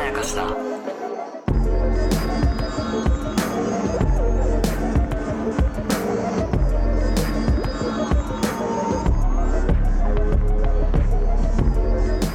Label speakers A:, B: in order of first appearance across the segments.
A: やかしだ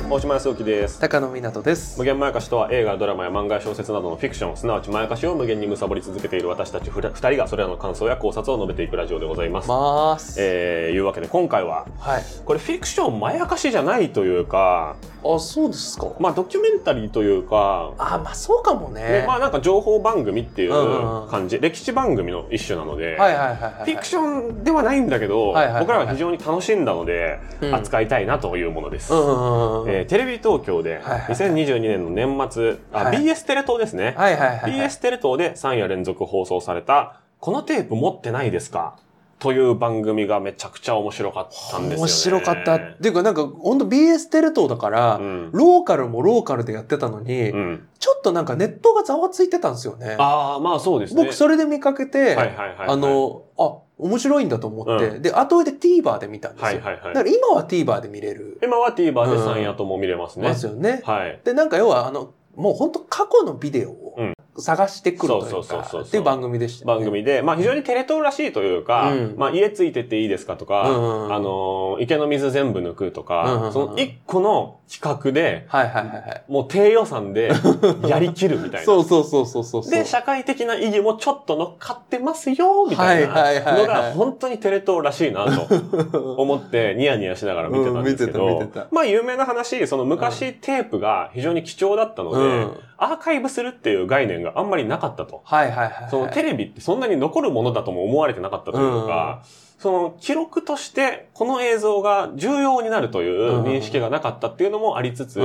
B: 大島康之です
C: 高野湊です
B: 無限まやかしとは映画ドラマや漫画や小説などのフィクションすなわちまやかしを無限に貪り続けている私たちふら二人がそれらの感想や考察を述べていくラジオでございます、
C: まーす、
B: えー、いうわけで今回は
C: はい
B: これフィクションまやかしじゃないというか
C: あそうですか
B: まあドキュメンタリーというか
C: あまあそうかもね
B: ねまあなんか情報番組ってい
C: うんうんう
B: うん感じ、歴史番組の一種なので、
C: はいはいはいはいはい
B: フィクションではないんだけど、
C: はいはいはいはい
B: 僕らは非常に楽しんだので、
C: うん
B: 扱いたいなというものです。
C: うんうんうんうん
B: えーテレビ東京で
C: はいはい
B: 2022年の年末、あ
C: はい
B: BS テレ東ですね、
C: はいはいはいはい
B: BS テレ東で3夜連続放送された「このテープ持ってないですか?」という番組がめちゃくちゃ面白かったんですよね。
C: 面白かったっていうかなんかほんと BS テレ東だから、
B: うん
C: ローカルもローカルでやってたのに、
B: うん、
C: ちょっとなんかネットがざわついてたんですよね
B: ああまあそうですね。
C: 僕それで見かけて、
B: はいはいはいはい
C: あのあ面白いんだと思って、
B: う
C: で後追いで TVer で見たんですよ、
B: はいはいはい
C: だから今は TVer で見れる、
B: 今は TVer で
C: うん
B: 3夜とも見れますね。
C: ますよね、
B: はい。
C: でなんか要はあのもう本当過去のビデオを
B: うん
C: 探してくると
B: そ
C: いう
B: そう
C: う
B: そう
C: か
B: そうそう
C: っていう番組でしたよ
B: 番
C: ね。
B: 組で、まあ非常にテレ東らしいというか、
C: うん
B: まあ家ついてっていいですかとか、
C: うんうん
B: あのー、池の水全部抜くとか、
C: うんうんうん
B: その一個の企画で、
C: はいはいはいはい。
B: もう低予算 でやりきるみたいな。
C: そうそうそうそうそうそう。
B: で、社会的な意義もちょっと乗っかってますよ、みたい
C: はいはい
B: な
C: はいはい
B: のが本当にテレ東らしいなと思 ってニヤニヤしながら見てたんですけど、
C: うん見てた見てた
B: まあ有名な話、その昔テープが非常に貴重だったので、
C: うん
B: アーカイブするっていう概念があんまりなかったと。
C: はいはいはい。
B: そのテレビってそんなに残るものだとも思われてなかったというか、その記録としてこの映像が重要になるという認識がなかったっていうのもありつつ、
C: う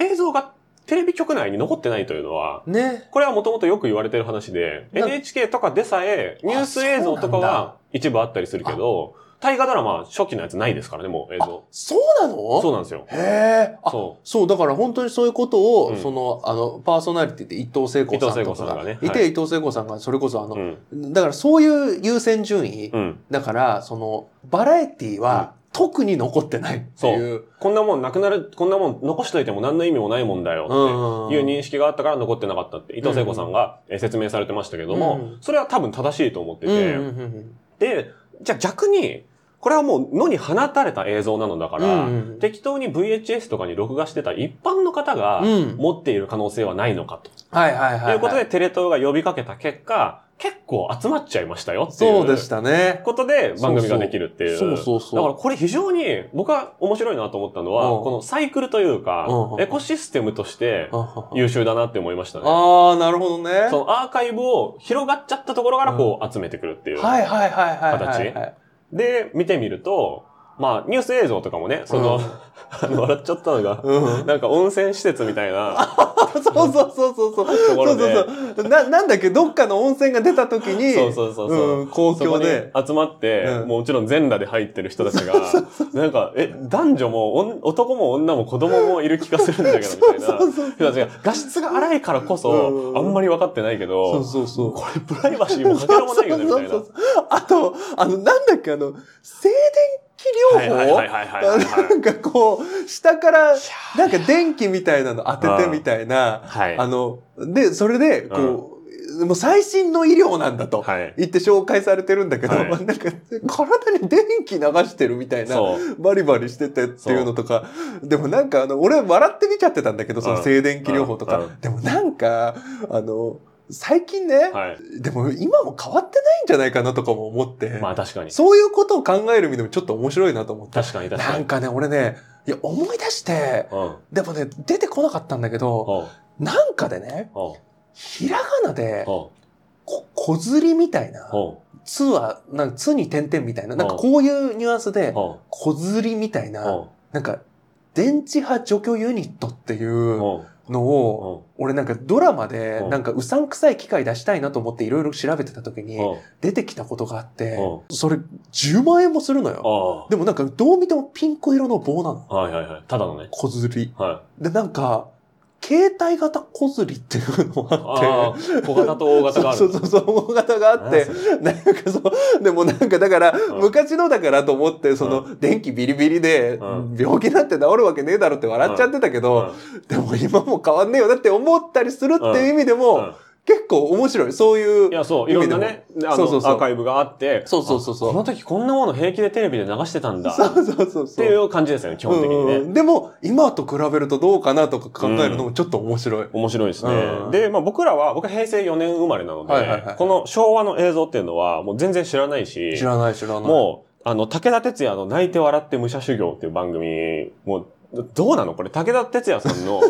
B: 映像がテレビ局内に残ってないというのは、
C: ん、ね。
B: これはもともとよく言われてる話で、
C: な
B: NHK とかでさえニュース映像とか
C: そうなん
B: は一部あったりするけど、大河ドラマ初期のやつないですからね、もう映像。
C: そうなの
B: そう
C: う
B: なんですよ。
C: へえ。あ
B: そ
C: そう、だから本当にそういうことを、
B: うん
C: その、あの、パーソナリティって伊藤聖子さん
B: 伊
C: と
B: 藤聖子さ
C: か
B: んが
C: が
B: ね
C: い
B: はい
C: て、伊藤聖子さんがそれこそあ
B: う。う
C: の、
B: ん。
C: だからそういう優先順位、
B: うん。
C: だから、その、バラエティは特に残ってないっていう。
B: こんなもんなくなる、こんなもん残しといても何の意味もないもんだよって。
C: うん
B: いう認識があったから残ってなかったって伊藤聖子さんがえー説明されてましたけども
C: う、ん
B: それは多分正しいと思って
C: うんう
B: て、
C: んうん
B: で、じゃあ逆に、これはもう野に放たれた映像なのだか
C: うん
B: ら、
C: うんうん
B: 適当に VHS とかに録画してた一般の方が
C: うん
B: 持っている可能性はないのかと
C: はいはいはい。
B: いうことで、テレ東が呼びかけた結果、結構集まっちゃいましたよっていう。
C: そうでしたね。
B: ことで番組ができるっていう。
C: そうそうそう
B: だからこれ非常に僕は面白いなと思ったのは、
C: うん
B: このサイクルというか
C: うんうん、うん
B: エコシステムとして
C: あ
B: 優秀だなって思いましたね。
C: あー、なるほどね。
B: そのアーカイブを広がっちゃったところからこう集めてくるっていう。
C: はいはいはいはいはい、はい。
B: で、見てみると、まあニュース映像とかもね、その、
C: うん
B: あの笑っちゃったのが、
C: うん、
B: なんか温泉施設みたいな
C: そうそうそうそうそう。
B: とこ
C: そ
B: ろ
C: う
B: で、
C: そうそう。な、なんだっけ、どっかの温泉が出た時に、
B: そうそうそうそう
C: うん、公
B: そこ
C: 共
B: に
C: で。
B: 集まって、
C: うん
B: もちろん全裸で入ってる人たちが、なんか、え、男女もおん男も女も子供もいる気がするんだけど、みたいな。
C: そうそう
B: 人たちが画質が荒いからこ
C: う
B: そ、
C: ん
B: あんまり分かってないけ
C: そう
B: ど、
C: そうそう。
B: これプライバシーもかけらもないよね、みたいな。
C: そうそうそうあと、あの、なんだっけ、あの、静電気療法、
B: はいはいはいはいはいはい
C: なんかこう、下から、なんか電気みたいなの当ててみたいな、
B: はい
C: あの、で、それで、こう、もう最新の医療なんだと
B: はい
C: 言って紹介されてるんだけど、
B: はい
C: なんか体に電気流してるみたいな
B: そ、
C: バリバリしててっていうのとか、でもなんかあの、俺笑って見ちゃってたんだけど、そうの
B: ん
C: 静電気療法と
B: うんう
C: か
B: ん。
C: でもなんか、あの、最近ね、
B: はい。
C: でも今も変わってないんじゃないかなとかも思って、
B: まあ確かに。
C: そういうことを考える意味でもちょっと面白いなと思って。
B: 確かに 確か
C: なん
B: に。
C: かね、俺ね、いや、思い出して、
B: うん。
C: でもね、出てこなかったんだけど、
B: うん。
C: なんかでね、
B: うん。
C: ひらがなで、
B: うん。
C: こ小釣りみたいな、
B: うん。
C: つは、なんかつに点々みたいな、なんか
B: うん
C: こういうニュアンスで
B: う、ん。
C: 小釣りみたいな、なんか、電磁波除去ユニットっていう
B: うん。
C: の
B: う
C: を、
B: ん。
C: 俺なんかドラマで
B: う、ん
C: なんかうさんくさい機械出したいなと思っていろいろ調べてた時に、
B: うん。
C: 出てきたことがあって、
B: う
C: それ10万円もするのよ。
B: あ
C: でもなんかどう見てもピンク色の棒なの。
B: あ。はいはいはい。ただのね。
C: 小釣り。
B: は
C: で、なんか、携帯型小釣りっていうのもあ
B: あ
C: って、
B: ー小型と大型がある。
C: そうそうそう、大型があって、なんかそう、でもなんかだから、
B: ん
C: 昔のだからと思って、その、電気ビリビリで
B: う、
C: 病気なんて治るわけねえだろって笑っちゃってたけ
B: うん
C: ど、でも今も変わんねえよなって思ったりするっていう意味で
B: うん
C: も、結構面白い。そういう
B: い、や、そう、いろんなね、あ
C: そうそうそ
B: の、ア
C: う
B: ーカイブがあって、
C: そうそうそうそう
B: あこの時こんなもの平気でテレビで流してたんだ。
C: そ
B: っ
C: うそうそうそう。
B: ていう感じですよね、基本的に
C: う
B: ね。
C: んでも、今と比べるとどうかなとか考えるのもちょっと面白い。
B: 面白いですね。
C: うん
B: で、まあ僕らは、僕は平成4年生まれなので、
C: はいはいはい
B: この昭和の映像っていうのはもう全然知らないし、
C: 知らない知らない。
B: もう、あの、武田鉄矢の泣いて笑って武者修行っていう番組、もう、どうなのこれ、武田鉄矢さんの、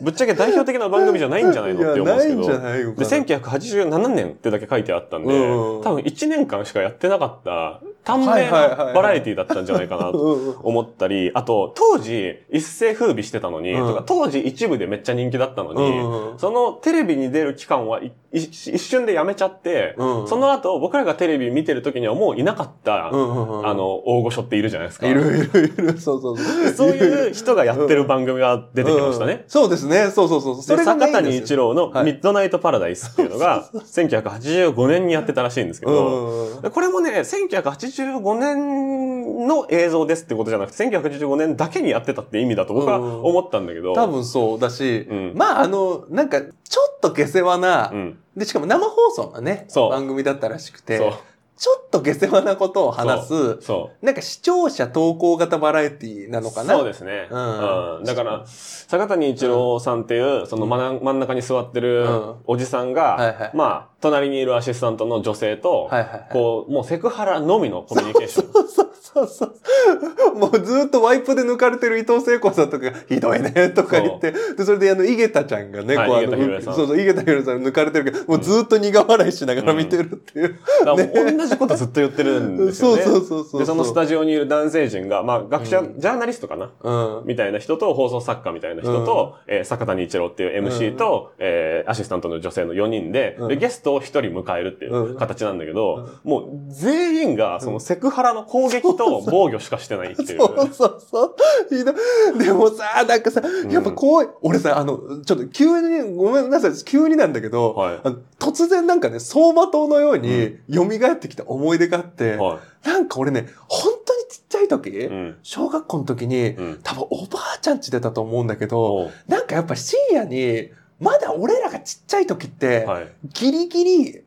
B: ぶっちゃけ代表的な番組じゃないんじゃないのって思うんですけど。
C: いやないんじゃないのか
B: で、
C: な
B: 1987年ってだけ書いてあったんで、
C: うんうん
B: 多分1年間しかやってなかった、短命
C: はいはいはいは
B: ないバラエティだったんじゃないかなと
C: うんうん
B: 思ったり、あと、当時一世風靡してたのに、
C: うん
B: とか、当時一部でめっちゃ人気だったの
C: う
B: に、
C: んうん
B: そのテレビに出る期間はい一一瞬でやめちゃって、
C: うん
B: その後僕らがテレビ見てる時にはもういなかった、
C: うんうんうん
B: あの、大御所っているじゃないですか。
C: いるいるいる、そうそうそう。
B: そう
C: る
B: いう人がやってる番組が出てきましたね
C: うん。そうですね、そうそうそう。そ
B: で
C: れが
B: 坂
C: メイン
B: 谷
C: です
B: 一
C: よ。
B: 郎の
C: はい
B: ミッドナイトパラダイスっていうのが、1985年にやってたらしいんですけど、
C: うん
B: これもね、1985年の映像ですってことじゃなくて、1985年だけにやってたって意味だと僕は思ったんだけど、
C: 多分そうだし
B: う、ん
C: まああの、なんか、ちょっと下世話な
B: う、ん。
C: で、しかも生放送のね、
B: そう
C: 番組だったらしくて、
B: そう。
C: ちょっと下世話なことを話す、
B: そ
C: なんか視聴者投稿型バラエティな
B: う。
C: のかな
B: そうですね。
C: うん
B: うんだから、坂谷一郎さんっていう、その真ん真ん中に座ってる
C: うん
B: おじさん
C: はい
B: が
C: は、い
B: まあ、隣にいるアシスタントの女性と、
C: はいはいはい。
B: こう、もうセクハラのみのコミュニケーション。
C: そうそうそう。もうずーっとワイプで抜かれてる伊藤聖子さんとかが、ひどいね、とか言って、で、それであの、井桁ちゃんがね、
B: はい
C: こうあ
B: 井桁
C: の、
B: 弘恵さん
C: そうそう、井桁弘恵さん抜かれてるけど、もうずーっと苦笑いしながら見てるっていう。
B: だからもう同じことずっと言ってるんですよね。
C: そうそうそうそう
B: で、そのスタジオにいる男性陣が、まあ、学者、ジャーナリストかな
C: うん。
B: みたいな人と、放送作家みたいな人と、えー坂谷一郎っていう MC と、えーアシスタントの女性の4人で、
C: うん
B: でゲストを1人迎えるっていう形なんだけど、もう全員が、そのセクハラの攻撃と防御しかしてないっていう。
C: そうそうそう。ひどい。でもさ、なんかさ、やっぱ怖い。俺さ、あの、ちょっと急に、ごめんなさい、急になんだけど、
B: はい
C: あの突然なんかね、相馬灯のように蘇ってきた思い出があって、
B: は
C: なんか俺ね、本当にちっちゃい時、
B: い。うん。
C: 小学校の時に、
B: うん。
C: 多分おばあちゃん家出たと思うんだけど、
B: おう
C: なんかやっぱ深夜に、まだ俺らがちっちゃい時って、
B: はい。
C: ギリギリ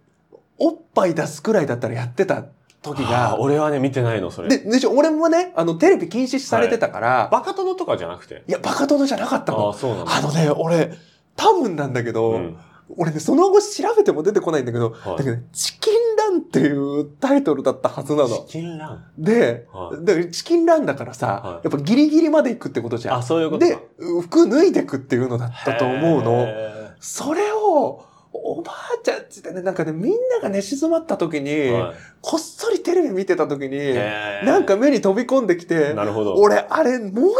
C: おっぱい出すくらいだったらやってた時
B: あー、
C: が
B: 俺はね、見てないの、そ
C: で、
B: れ。
C: でしょ、俺もね、あの、テレビ禁止されてたから、
B: バカ殿とかじゃなくて。
C: い、や、バカ殿じゃなかった
B: ああ、
C: の。
B: そうなんだ。
C: あのね、俺、多分なんだけど、
B: うん。
C: 俺ね、その後調べても出てこないんだけど、
B: はい
C: だけどね、チキンランっていうタイトルだったはずな
B: チ
C: の。
B: キンラン。
C: で、
B: はい
C: だからチキンランだからさ、
B: はい
C: やっぱギリギリまで行くってことじゃん
B: あ、。そういうことか
C: で、服脱いでくっていうのだったと思うの。
B: へ
C: それを、おばあちゃんちでね、なんかね、みんなが寝静まった時に、
B: ー。はい
C: こっそりテレビ見てた時に、
B: へー
C: なんか目に飛び込んできて、
B: なるほど。
C: 俺、あれ、もう一度見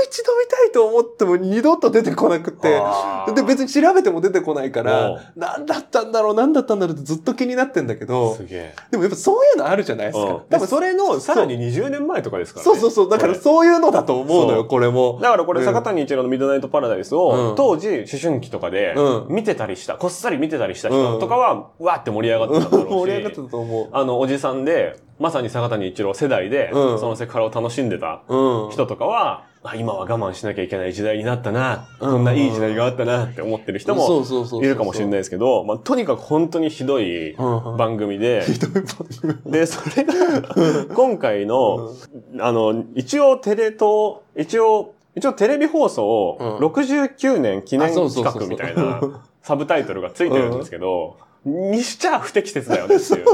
C: たいと思っても二度と出てこなくて、
B: あー
C: で、別に調べても出てこないか
B: おう
C: ら、何だったんだろう、何だったんだろうってずっと気になってんだけど
B: す、げえ。
C: でもやっぱそういうのあるじゃないですか。
B: うんでもそれの、さら
C: そう
B: に20年前とかですからね。
C: そうそうそう、だから
B: こ
C: そういうのだと思うの
B: そ
C: よ、
B: う
C: これも
B: れ。。だからこ
C: う
B: れ、
C: ん
B: 坂谷一郎のミッドナイトパラダイス
C: う
B: を
C: ん、
B: 当時、思春期とかで
C: う、ん
B: 見てたりした、こっそり見てたりした
C: う
B: 人
C: ん
B: とかは、わーって盛り上がってただろうし。
C: 盛り上がってたと思う。
B: あの、おじさんで、まさに坂谷一郎世代で、
C: うん
B: そのセクハラを楽しんでた
C: うん。
B: 人とかは、あ今は我慢しなきゃいけない時代になったな、こんないい時代があったなって思ってる人も、
C: そうそうそうそう
B: いるかもしれないですけど、まあ、とにかく本当にひどい
C: うんうん
B: 番組で、
C: ひどい番
B: で、それが、今回の、あの、一応テレ東、一応、一応テレビ放送、
C: うん
B: 69年記念
C: あそう
B: 企
C: そ
B: 画
C: うそうそう
B: みたい なサブタイトルがついてるんですけど、にしちゃ不適切だよねっていう。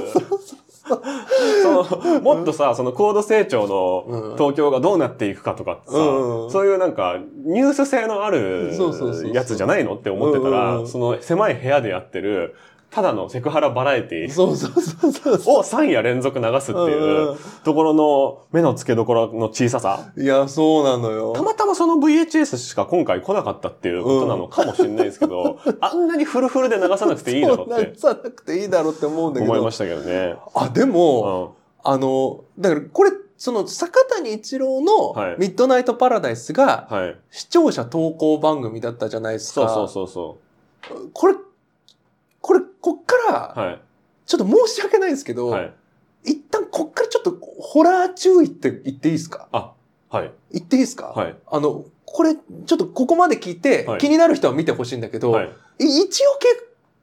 B: そのもっとさ、その高度成長
C: うん
B: の東京がどうなっていくかとかってさ、
C: うん
B: そういうなんかニュース性のある
C: そうそうそうそう
B: やつじゃないのって思ってたら、
C: うんうん
B: その狭い部屋でやってる、ただのセクハラバラエティ
C: 組。そうそうそうそうそ
B: を3夜連続流すって
C: うん
B: いううところの目の付けどころの小ささ。
C: う。いや、そうなの
B: た
C: よ。
B: またまその VHS しか今回来なかったっていうことなのかもしれないですけど、あんなにフルフルで流さなくていいだろうっ
C: そうなさなくていいだろうって思うん
B: て
C: だけ
B: 思い
C: ど
B: ま。したけどね。
C: あ、でも、
B: う
C: あの、だからこれ、その坂谷一郎の
B: はい
C: ミッドナイトパラダイスが
B: はい。
C: 視聴者投稿番組だったじゃないですか。
B: そうそうそうそ
C: これ、これ、こっか
B: う。
C: ら、
B: はい。
C: ちょっと申し訳ないですけど、
B: はい。
C: 一旦こっからちょっとホラー注意って言っていいですか
B: あ、はい。
C: 言っていいですか、
B: はい。
C: あの、これ、ちょっとここまで聞いて、
B: はい
C: 気になる人は見てほしいんだけど、
B: はい。
C: い一応け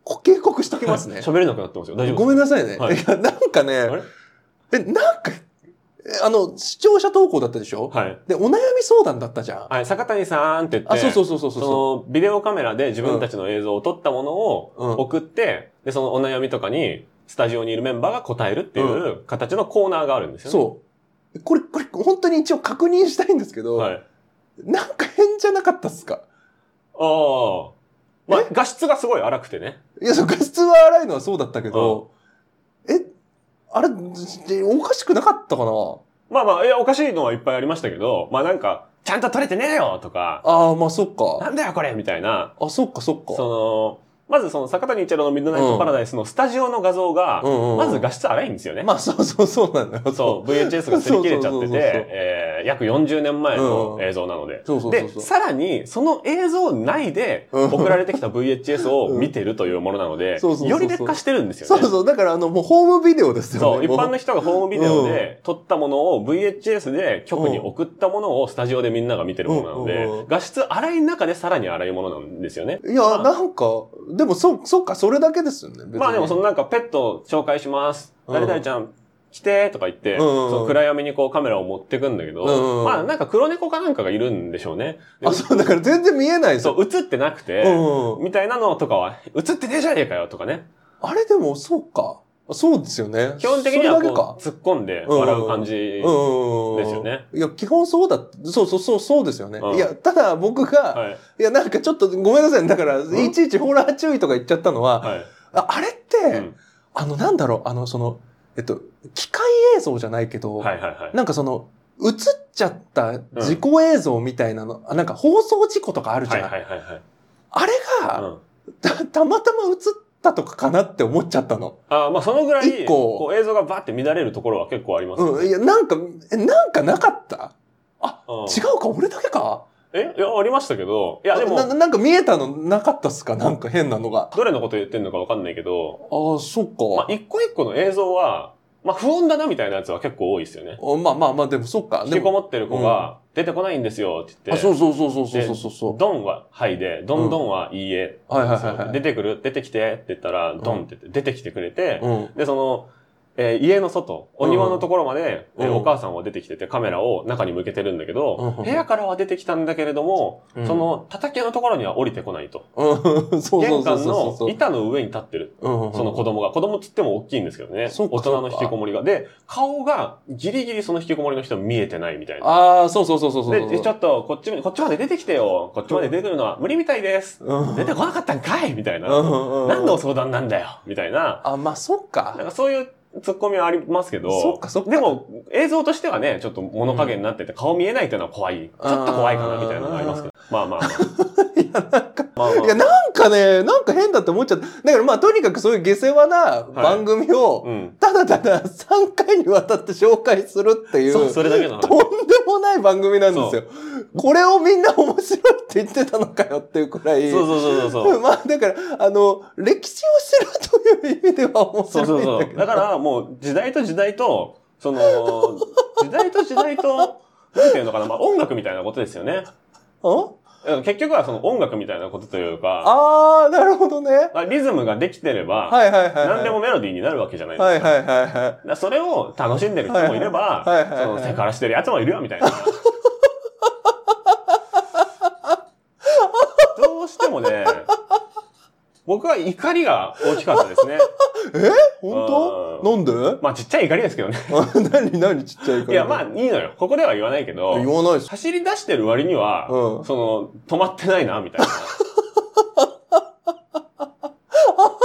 C: こ警告しときますね。
B: 喋れなくなってますよ。大丈夫
C: ごめんなさいね。
B: はい
C: い、や、なんか
B: あ
C: ね、
B: れ
C: え、なんか、えあの、視聴者投稿だったでしょ、
B: はい。
C: で、お悩み相談だったじゃん。
B: はい。坂谷さんって言って。
C: あ、そうそううそうそうそう。
B: その、ビデオカメラで自分たちの映像を撮ったものを
C: うん
B: 送って、で、そのお悩みとかに、スタジオにいるメンバーが答えるっていう形のコーナーがあるんですよね。
C: そう。これ、これ、本当に一応確認したいんですけど、
B: はい。
C: なんか変じゃなかったっすか
B: ああ。まあ、画質がすごい荒くてね。
C: いや、そう画質は荒いのはそうだったけど、え、あれ、でおかしくなかったかな
B: まあまあ、いや、おかしいのはいっぱいありましたけど、まあなんか、ちゃんと撮れてねえよとか、
C: ああ、まあ、そっ
B: な
C: か。
B: んだよこれみたいな、
C: あ、そっか、そっか。
B: その、まずその坂谷一郎のミッドナイトパラダイスのスタジオの画像が、
C: うんうん
B: まず画質荒いんですよね。
C: まあ、そうそうそうなのよ。
B: そう、VHS が擦り切れちゃって
C: そうそうそうそう
B: て、えー約40年前の映像なので。
C: そうそうそう
B: で、
C: そう。
B: さらに、その映像内で
C: うん
B: 送られてきた VHS を見てるというものなので、
C: そうそうそうそう
B: より劣化してるんですよね。
C: そうそう、だからあの、もうホームビデオですよ
B: そ
C: ね。
B: う、一
C: も
B: 般の人がホームビデオで撮ったものを VHS で局に送ったものをスタジオでみんなが見てるものなので
C: うんうんうん、
B: 画質荒い中でさらに荒いものなんですよね。
C: いや、なんか、でも、そ、そっか、それだけですよね。別に
B: まあでもそのなんかペット紹介します。
C: うん
B: 誰々ちゃん来てとか言って、
C: うんうんうん
B: その暗闇にこうカメラを持ってくんだけど、
C: うんうん
B: まあなんか黒猫かなんかがいるんでしょうね。で
C: あ、そう、だから全然見えないです
B: そ
C: よ。
B: う、映ってなくて、
C: うんうん
B: みたいなのとかは、映ってねえじゃねえかよとかね。
C: あれでも、そうか。そうですよね。
B: 基本的には
C: それだけ
B: こ
C: か
B: う突っ込んで笑う感じ
C: う
B: で
C: んうんうん。
B: すよね。
C: いや、基本そうだ。そうそうそう、そうですよね。
B: うん
C: いや、ただ僕が、
B: はい。
C: い、や、なんかちょっとごめんなさいね。だから、
B: ん
C: いちいちホラー注意とか言っちゃったのは、
B: はい。
C: ああれって、
B: うん
C: あの、なんだろう、あの、その、えっと、機械映像じゃないけど、
B: はいはいはい。
C: なんかその、映っちゃった事故映像みたいなの、あなんか放送事故とかあるじゃ
B: は
C: ないい、
B: はいはいはい。
C: あれ
B: う
C: が、
B: ん
C: た、たまたま映ったとかかなって思っちゃったの。
B: あーまあそのぐらい、
C: 一個
B: こう映像がバーって乱れるところは結構ありますよね、
C: うん、いや、なんか、えなんかなかった
B: うん
C: 違うか俺だけか
B: えいや、ありましたけど、いやで
C: な
B: も、
C: ななんか見えたのなかったっすかなんか変なのが。
B: どれのこと言ってんのかわかんないけど、
C: ああ、そっ
B: ま
C: か。
B: あ一個一個の映像は、まあ不穏だなみたいなやつは結構多いですよね。
C: あまあまあまあ、でもそっか。
B: 引
C: で
B: きこ
C: も、
B: もってる子が出てこないんですよって言
C: あ、
B: って、
C: そうそうそうそうそうそうそう。
B: ドンははいで、ドンドンはいいえ、
C: はいはい
B: そ
C: はい、
B: う
C: はい。
B: 出てくる、出てきてって言ったら、
C: ん
B: ドンって言って出てきてくれて、
C: うん。
B: で、その、えー家の外、お庭のところまで、
C: うん
B: えー
C: うん
B: お母さんは出てきててカメラを中に向けてるんだけ
C: うんうんう
B: ど
C: ん、
B: 部屋からは出てきたんだけれども、
C: うん
B: その叩きのところには降りてこないと。
C: うん、 そうそ
B: 玄
C: うそう
B: 関
C: そう
B: の
C: そう。
B: 板の上に立ってる。
C: うん
B: その子供が。子供つっても大きいんですけどね。
C: そ
B: 大
C: っか
B: 人の引きこもりが。で、顔がギリギリその引きこもりの人見えてないみたいな。
C: ああ、そうそうそうそうそうそう。
B: で、ちょっとこっちまで、こっちまで出てきてよ。こっちまで出てくるのは無理みたいです。
C: うん
B: 出てこなかったんかいみたいな。
C: うんうんうん
B: 何の相談なんだよみたいな。
C: あ、まあ、そっ
B: なん
C: か。
B: かそういう突っ込みはありますけど。
C: そっかそっか。
B: で、も、映像としてはね、ちょっと物陰になってて、顔見えないっていうのは怖い。ちょっと怖いかな、みたいなのがありますけど。まあまあまあ。 まあまあ
C: いや、なんかね、なんか変だって思っちゃった。だからまあ、とにかくそういう下世話な番組を、
B: うん。
C: ただただ3回にわたって紹介するっていう、
B: そう、それだけの話。
C: とんでもない番組なんですよ。これをみんな面白いって言ってたのかよっていうくらい。
B: そうそうそうそうそう。
C: まあ、だから、あの、歴史を知るという意味では面
B: そ
C: 白
B: う
C: いんだ
B: そう
C: けど。
B: そう。だからもう時代と時代と、その、時代と時代と、なんていうのかな、まあ音楽みたいなことですよね。
C: ん
B: うん結局はその音楽みたいなことというか、
C: あー、なるほどね。
B: まあリズムができてれば、
C: はいはいはいはい。
B: 何でもメロディーになるわけじゃないですか。
C: はいはいはいはい。
B: だからそれを楽しんでる人もいれば、
C: はいはいはいはい
B: そのセクハラしてるやつもいるよみたい な。どうしてもね、僕は怒りが大きかった ですね。
C: 本当なんで
B: まあちっちゃい怒りですけどね。
C: 何何ちっちゃいから。
B: いや、まあいいのよ。ここでは言わないけ
C: 言
B: ど、
C: わないです。
B: 走り出してる割には、
C: うん
B: その、止まってないな、みた いな。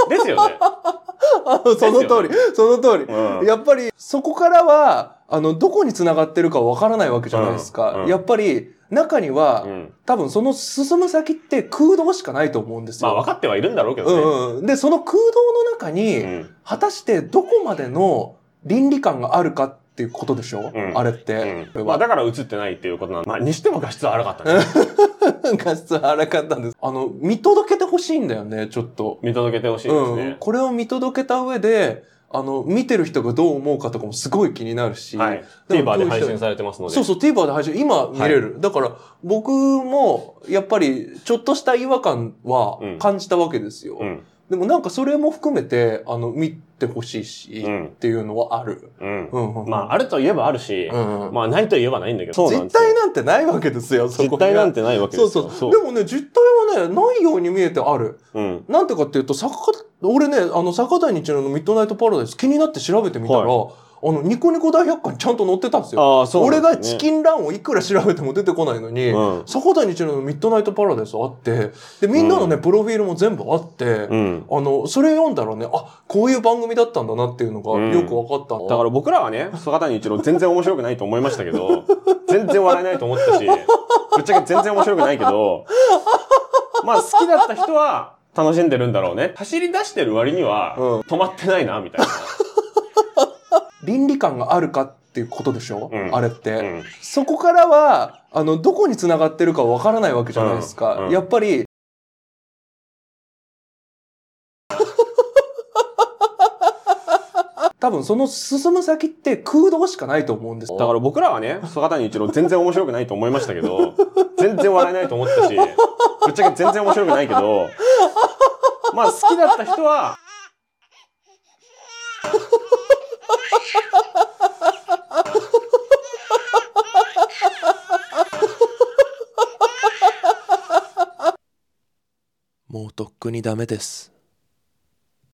B: ですよね。
C: あ その通り、その通り。
B: うん
C: やっぱり、そこからは、あの、どこに繋がってるかわからないわけじゃないですか。
B: うんうん
C: やっぱり、中には、
B: うん
C: 多分その進む先って空洞しかないと思うんです
B: まあ
C: よ。
B: 分かってはいるんだろうけ
C: う
B: どね。
C: んうん。で、その空洞の中に、
B: うん
C: 果たしてどこまでの倫理観があるかっっていうことでしょ、
B: うん
C: あれって。
B: うんまあだから映ってないっていうことなんまあにしても画質は荒かったね。
C: 画質荒かったんです。あの、見届けてほしいんだよね、ちょっと。
B: 見届けてほしいです
C: うん
B: ね。
C: これを見届けた上で、あの、見てる人がどう思うかとかもすごい気になるし。
B: はい。
C: でも
B: TVer
C: ど
B: で
C: うした
B: 配信されてますので。
C: そうそう、TVer で配信、今見れる。だから、僕も、やっぱり、ちょっとした違和感は
B: うん
C: 感じたわけですよ。
B: うん。
C: でもなんかそれも含めて、あの、見てほしいし、
B: う
C: っ
B: ん。
C: ていうのはある。
B: うん。
C: うんうんうん
B: まあ、あるといえばあるし、
C: うんうん
B: まあ、ないといえばないんだけど。そうなん
C: 実
B: ですよ
C: 体なんてないわけですよ、そこ
B: 実体なん
C: て。
B: てないわけです
C: そ
B: よ。
C: うそ
B: そ
C: う
B: う。
C: でもね、実体はね、ないように見えてある。
B: うん。
C: なんてかっていうと、坂、俺ね、あの、坂谷一郎のミッドナイトパラダイス気になって調べてみたら、あの、ニコニコ大百科にちゃんと載ってたんですよ。
B: ああ、そうな
C: 俺
B: んですね、
C: がチキンランをいくら調べても出てこないのに、
B: うん
C: 坂谷一郎のミッドナイトパラダイスあって、で、みんなのね、プロフィールも全部あって、
B: うん。
C: あの、それ読んだらね、あ、こういう番組だったんだなっていうのが
B: うん
C: よく分かった。
B: だから僕らはね、坂谷一郎全然面白くないと思いましたけ ど、全然笑えないと思ったし、ぶっちゃけ全然面白くないけど、まあ好きだった人は楽しんでるんだろうね。走り出してる割には、
C: うん
B: 止まってないな、みたい
C: 倫理観があるかっていうことでしょ、
B: うん
C: あれって、
B: な。うん。
C: そこからは、あの、どこに繋がってるか分からないわけじゃないですか。
B: うんうん
C: やっぱり、多分その進む先って空洞しかないと思うんです。
B: だから僕らはね、坂谷一郎全然面白くないと思いましたけど、全然笑えないと思ったし、ぶっちゃけ全然面白くないけど、まあ好きだった人は、
C: もうとっくにダメです。